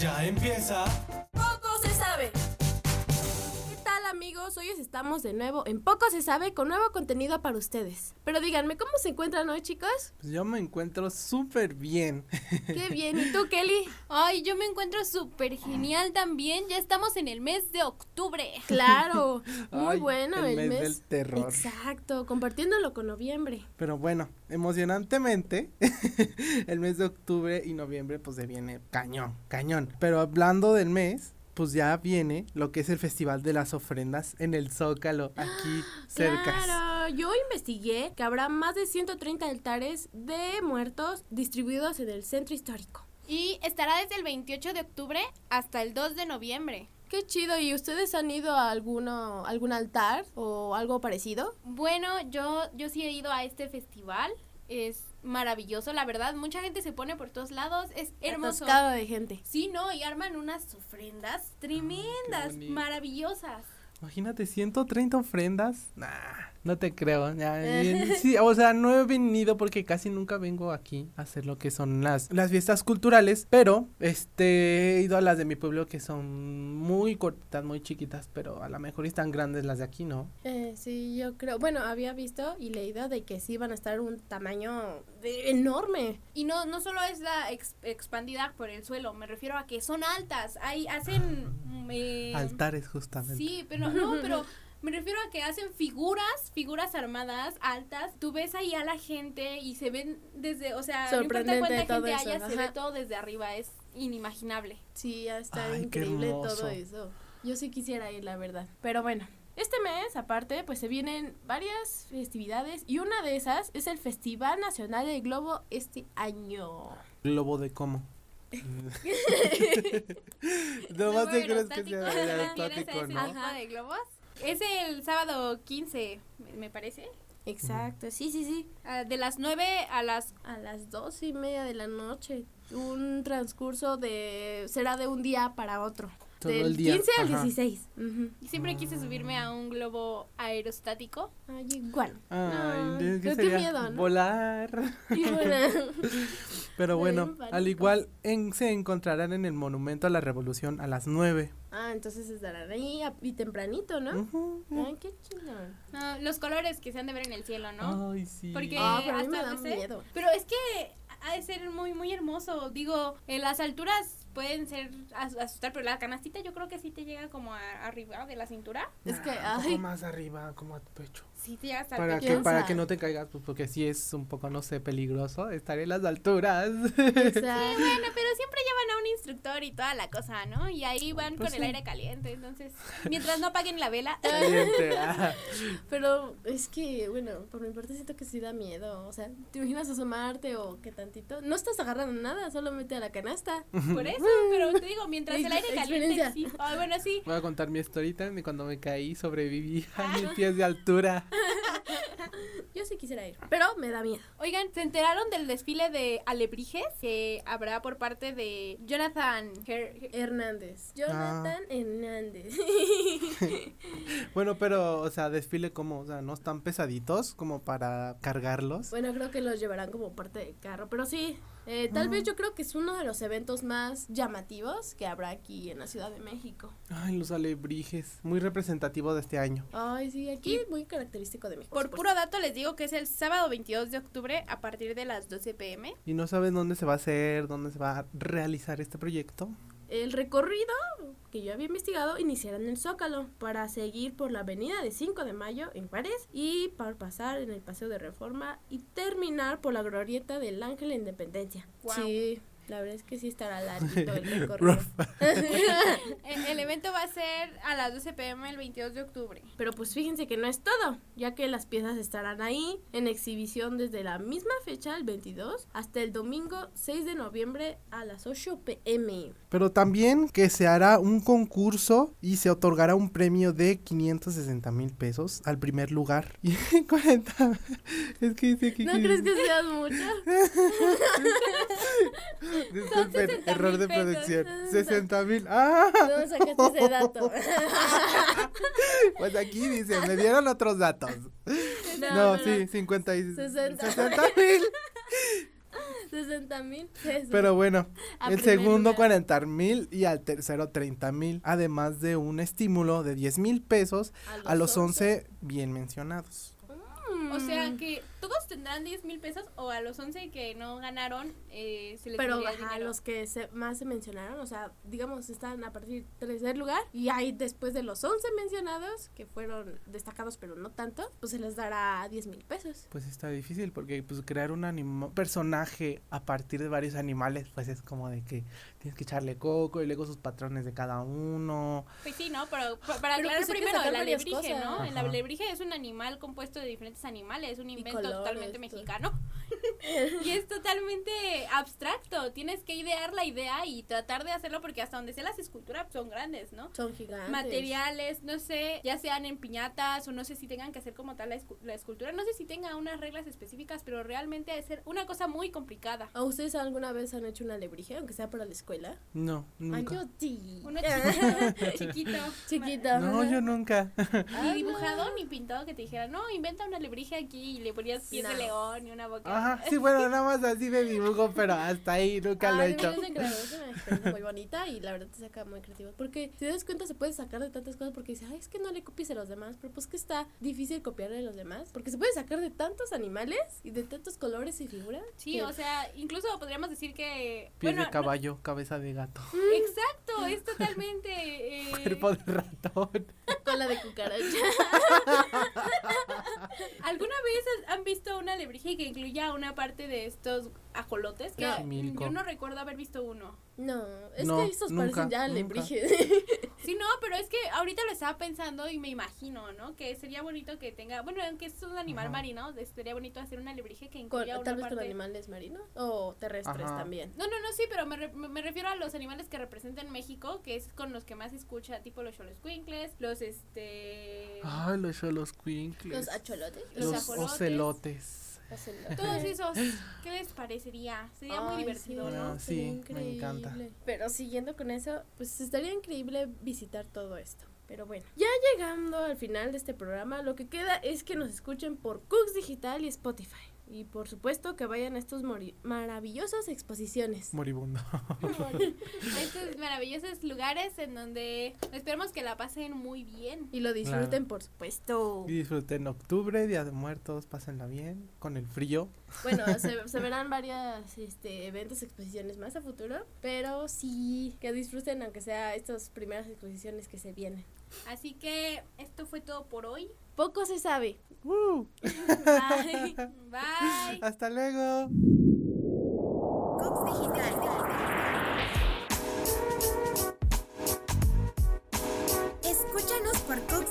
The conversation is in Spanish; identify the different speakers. Speaker 1: Ya empieza.
Speaker 2: Poco se sabe. ¿Qué tal amigos? Hoy estamos de nuevo en Poco se sabe con nuevo contenido para ustedes. Pero díganme, ¿cómo se encuentran hoy chicos?
Speaker 3: Pues yo me encuentro súper bien.
Speaker 2: Qué bien. ¿Y tú, Kelly?
Speaker 4: Ay, yo me encuentro súper genial también. Ya estamos en el mes de octubre.
Speaker 2: Claro. Muy
Speaker 3: Ay,
Speaker 2: bueno
Speaker 3: el mes del terror.
Speaker 2: Exacto, compartiéndolo con noviembre.
Speaker 3: Pero bueno, emocionantemente, el mes de octubre y noviembre pues se viene cañón, cañón. Pero hablando del mes, pues ya viene lo que es el Festival de las Ofrendas en el Zócalo, aquí cerca.
Speaker 2: Claro, yo investigué que habrá más de 130 altares de muertos distribuidos en el centro histórico.
Speaker 4: Y estará desde el 28 de octubre hasta el 2 de noviembre.
Speaker 2: Qué chido, ¿y ustedes han ido a alguno, algún altar o algo parecido?
Speaker 4: Bueno, yo, yo sí he ido a este festival. Es maravilloso, la verdad. Mucha gente se pone por todos lados. Es hermoso.
Speaker 2: Atascado de gente.
Speaker 4: Sí, no, y arman unas ofrendas tremendas,
Speaker 3: bonito.
Speaker 4: maravillosas.
Speaker 3: Imagínate, 130 ofrendas. Nah, no te creo. ya, bien, sí, o sea, no he venido porque casi nunca vengo aquí a hacer lo que son las, las fiestas culturales. Pero, este, he ido a las de mi pueblo que son muy cortas, muy chiquitas, pero a lo mejor están grandes las de aquí, ¿no?
Speaker 2: Eh, sí, yo creo. Bueno, había visto y leído de que sí van a estar un tamaño de- enorme.
Speaker 4: Y no, no solo es la ex- expandida por el suelo, me refiero a que son altas. Hay, hacen. mm, eh,
Speaker 3: Altares, justamente.
Speaker 4: Sí, pero no, pero me refiero a que hacen figuras, figuras armadas, altas. Tú ves ahí a la gente y se ven desde, o sea, no importa
Speaker 2: Sorprendente
Speaker 4: cuánta
Speaker 2: todo
Speaker 4: gente
Speaker 2: eso,
Speaker 4: haya, se ve
Speaker 2: ajá.
Speaker 4: todo desde arriba, es inimaginable.
Speaker 2: Sí, va a estar
Speaker 3: Ay, qué
Speaker 2: increíble todo
Speaker 3: hermoso.
Speaker 2: eso. Yo sí quisiera ir, la verdad. Pero bueno, este mes, aparte, pues se vienen varias festividades y una de esas es el Festival Nacional del Globo este año.
Speaker 3: Globo de cómo. no más te crees que sea aerostático, ¿no?
Speaker 4: Ajá, de globos. Es el sábado 15, me- me parece.
Speaker 2: Exacto, sí, sí, sí.
Speaker 4: Ah, De las 9 a las...
Speaker 2: A las dos y media de la noche. Un transcurso de. será de un día para otro.
Speaker 3: Todo
Speaker 2: del
Speaker 3: el día,
Speaker 2: 15 al
Speaker 3: ajá.
Speaker 2: 16. Ujú.
Speaker 4: Siempre quise subirme a un globo aerostático.
Speaker 2: Ay, igual.
Speaker 3: Ay,
Speaker 2: Ay,
Speaker 3: es que
Speaker 2: pero qué
Speaker 3: sería
Speaker 2: miedo, ¿no?
Speaker 3: volar.
Speaker 2: Y bueno,
Speaker 3: Pero
Speaker 2: Me
Speaker 3: bueno,
Speaker 2: dieron
Speaker 3: al
Speaker 2: palitos.
Speaker 3: igual en- se encontrarán en el Monumento a la Revolución a las 9.
Speaker 2: ah, entonces estarán ahí a- y tempranito, ¿no?
Speaker 3: Ujú.
Speaker 2: Ay, qué chido.
Speaker 4: Ah, los colores que se han de ver en el cielo, ¿no?
Speaker 3: Ay, sí.
Speaker 4: Porque
Speaker 2: Ah, pero a mí me
Speaker 4: hasta
Speaker 2: da
Speaker 4: veces-
Speaker 2: miedo.
Speaker 4: Pero es que ha de ser muy, muy hermoso. Digo, en las alturas pueden ser as- asustar, pero la canastita yo creo que sí te llega como a- arriba de la cintura.
Speaker 2: Es que,
Speaker 3: Nah, un poco
Speaker 2: ay.
Speaker 3: más arriba, como a tu pecho.
Speaker 4: Sí te llega hasta
Speaker 3: Para
Speaker 4: el
Speaker 3: que,
Speaker 4: pecho.
Speaker 2: quién
Speaker 3: para
Speaker 2: sabe?
Speaker 3: que no te caigas, pues porque sí es un poco, no sé, peligroso estar en las alturas.
Speaker 4: Sí,
Speaker 2: Exacto.
Speaker 4: bueno, pero siempre llevan a un instructor y toda la cosa, ¿no? Y ahí van
Speaker 3: Pues
Speaker 4: con
Speaker 3: sí.
Speaker 4: el aire caliente. Entonces, mientras no apaguen la vela.
Speaker 3: Caliente, ah.
Speaker 2: Pero es que, bueno, por mi parte siento que sí da miedo. O sea, ¿te imaginas asomarte o qué tantito? No estás agarrando nada, solamente a la canasta.
Speaker 4: Por eso, pero te digo, mientras el aire caliente.
Speaker 2: Experiencia.
Speaker 4: Sí. Ay, bueno, sí.
Speaker 3: Voy a contar mi story time de cuando me caí, sobreviví
Speaker 2: Ah.
Speaker 3: a mil pies de altura.
Speaker 2: Yo sí quisiera ir, pero me da miedo.
Speaker 4: Oigan, ¿se enteraron del desfile de alebrijes que habrá por parte de Jonathan Her-
Speaker 2: Hernández. Jonathan Hernández.
Speaker 3: Bueno, pero, o sea, desfile como, o sea, no están pesaditos como para cargarlos.
Speaker 2: Bueno, creo que los llevarán como parte del carro, pero sí, eh, tal vez yo creo que es uno de los eventos más llamativos que habrá aquí en la Ciudad de México.
Speaker 3: Ay, los alebrijes, muy representativo de este año.
Speaker 2: Ay, sí, aquí muy característico de México.
Speaker 4: Por
Speaker 2: supuesto.
Speaker 4: puro dato les digo que es el sábado 22 de octubre a partir de las 12 pm.
Speaker 3: y no sabes dónde se va a hacer, dónde se va a realizar este proyecto.
Speaker 2: El recorrido que yo había investigado iniciará en el Zócalo para seguir por la avenida de 5 de Mayo en Juárez y para pasar en el Paseo de Reforma y terminar por la glorieta del Ángel de Independencia.
Speaker 4: Guau.
Speaker 2: Sí, la verdad es que sí estará larguito el recorrido.
Speaker 4: El, E, el evento va a ser a las 12 pm el 22 de octubre.
Speaker 2: Pero pues fíjense que no es todo, ya que las piezas estarán ahí en exhibición desde la misma fecha, el 22, hasta el domingo 6 de noviembre a las 8 pm.
Speaker 3: Pero también que se hará un concurso y se otorgará un premio de 560 mil pesos al primer lugar. Y 40. Es que dice que.
Speaker 2: ¿No crees que seas mucho?
Speaker 3: Disculpen,
Speaker 4: 60,000
Speaker 3: error de
Speaker 4: pesos.
Speaker 3: producción.
Speaker 2: Ah,
Speaker 3: 60 mil. ¡Ah!
Speaker 2: No sacaste ese dato.
Speaker 3: Pues aquí dice, me dieron otros datos. No,
Speaker 2: pero
Speaker 3: sí, 50 y.
Speaker 2: 60.
Speaker 3: 60 mil.
Speaker 2: 60 60 mil pesos.
Speaker 3: Pero bueno,
Speaker 2: A
Speaker 3: el
Speaker 2: primer
Speaker 3: segundo
Speaker 2: lugar.
Speaker 3: 40 mil y al tercero 30 mil, además de un estímulo de 10 mil pesos a los 11 bien mencionados.
Speaker 4: O sea
Speaker 2: Mm.
Speaker 4: que todos tendrán 10 mil pesos o a los 11 que no ganaron eh, se les
Speaker 2: Pero
Speaker 4: daría el
Speaker 2: ajá,
Speaker 4: dinero.
Speaker 2: los que se- más se mencionaron, o sea, digamos, están a partir del tercer lugar. Y ahí después de los 11 mencionados, que fueron destacados, pero no tanto, pues se les dará 10 mil pesos.
Speaker 3: Pues está difícil porque pues crear un anima- personaje a partir de varios animales pues es como de que tienes que echarle coco y luego sus patrones de cada uno.
Speaker 4: Pues sí, ¿no? Pero pa- para
Speaker 2: Pero pues
Speaker 4: aclarar
Speaker 2: hay que
Speaker 4: primero,
Speaker 2: sacar
Speaker 4: el
Speaker 2: varias
Speaker 4: alebrije,
Speaker 2: cosas.
Speaker 4: ¿no? El
Speaker 3: Ajá.
Speaker 4: alebrije es un animal compuesto de diferentes animales, es un invento
Speaker 2: colores,
Speaker 4: totalmente
Speaker 2: todo.
Speaker 4: mexicano. y es totalmente abstracto, tienes que idear la idea y tratar de hacerlo porque hasta donde sea las esculturas son grandes, ¿no?
Speaker 2: Son gigantes.
Speaker 4: Materiales, no sé, ya sean en piñatas o no sé si tengan que hacer como tal la, escu- la escultura, no sé si tenga unas reglas específicas, pero realmente ha de ser una cosa muy complicada.
Speaker 2: ¿A ustedes alguna vez han hecho un alebrije, aunque sea para la escuela?
Speaker 3: No,
Speaker 2: Ah,
Speaker 3: nunca.
Speaker 2: yo sí.
Speaker 4: Uno chiquito, chiquito.
Speaker 2: Chiquita.
Speaker 3: No, yo nunca.
Speaker 4: Ni dibujado ni pintado que te dijera, no, inventa un alebrije aquí y le ponías pies de
Speaker 2: No.
Speaker 4: león y una boca.
Speaker 3: Ajá, sí, bueno, nada más así me dibujo, pero hasta ahí nunca lo
Speaker 2: Ah,
Speaker 3: he
Speaker 2: de
Speaker 3: hecho.
Speaker 2: verdad, de verdad, Es una experiencia muy bonita y la verdad te saca muy creativo. Porque si te das cuenta, se puede sacar de tantas cosas. Porque dices, ay, es que no le copies a los demás. Pero pues que está difícil copiarle a los demás. Porque se puede sacar de tantos animales y de tantos colores y figuras.
Speaker 4: Sí,
Speaker 2: que-
Speaker 4: o sea, incluso podríamos decir que...
Speaker 3: Pies
Speaker 4: bueno,
Speaker 3: de caballo, cabeza de gato,
Speaker 4: no- exacto, es totalmente... eh,
Speaker 3: cuerpo de ratón.
Speaker 2: cola de cucaracha.
Speaker 4: ¿Alguna vez has- han visto un alebrije que incluya una parte de estos ajolotes? Que
Speaker 2: No.
Speaker 3: Chimilco.
Speaker 4: Yo no recuerdo haber visto uno.
Speaker 2: No, es
Speaker 3: No,
Speaker 2: que estos
Speaker 3: nunca,
Speaker 2: parecen ya
Speaker 3: nunca.
Speaker 2: alebrijes.
Speaker 4: Sí, no, pero es que ahorita lo estaba pensando y me imagino, ¿no? Que sería bonito que tenga... Bueno, aunque es un animal
Speaker 3: Ajá.
Speaker 4: marino, sería bonito hacer un alebrije que
Speaker 2: Con-
Speaker 4: incluya una
Speaker 2: tal vez con
Speaker 4: parte-
Speaker 2: animales marinos o terrestres
Speaker 3: Ajá.
Speaker 2: también.
Speaker 4: No, no, no, sí, pero me, re- me refiero a los animales que representan México, que es con los que más se escucha, tipo los xoloscuincles, los este...
Speaker 3: Ay, los cholos quincles.
Speaker 2: Los acholotes.
Speaker 4: los
Speaker 3: Los
Speaker 4: ajolotes.
Speaker 3: ocelotes.
Speaker 2: ajolotes.
Speaker 4: Todos esos, ¿qué les parecería? Sería muy
Speaker 2: Ay,
Speaker 4: divertido,
Speaker 2: sí,
Speaker 4: ¿no?
Speaker 3: Ah, sí,
Speaker 2: sería
Speaker 3: me encanta.
Speaker 2: increíble. Pero siguiendo con eso, pues estaría increíble visitar todo esto. Pero bueno, ya llegando al final de este programa, lo que queda es que nos escuchen por Cooks Digital y Spotify. Y por supuesto que vayan a estas maravillosas exposiciones.
Speaker 3: Moribundo.
Speaker 4: Estos maravillosos lugares en donde esperemos que la pasen muy bien.
Speaker 2: Y lo disfruten,
Speaker 3: Claro.
Speaker 2: por supuesto.
Speaker 3: Y disfruten octubre, Día de Muertos, pásenla bien, con el frío.
Speaker 2: Bueno, se, se verán varias este, eventos, exposiciones más a futuro. Pero sí, que disfruten aunque sea estas primeras exposiciones que se vienen.
Speaker 4: Así que esto fue todo por hoy.
Speaker 2: Poco se sabe.
Speaker 3: ¡Uh!
Speaker 4: Bye. Bye.
Speaker 3: ¡Hasta luego!
Speaker 1: Cooks Digital. Escúchanos por Cooks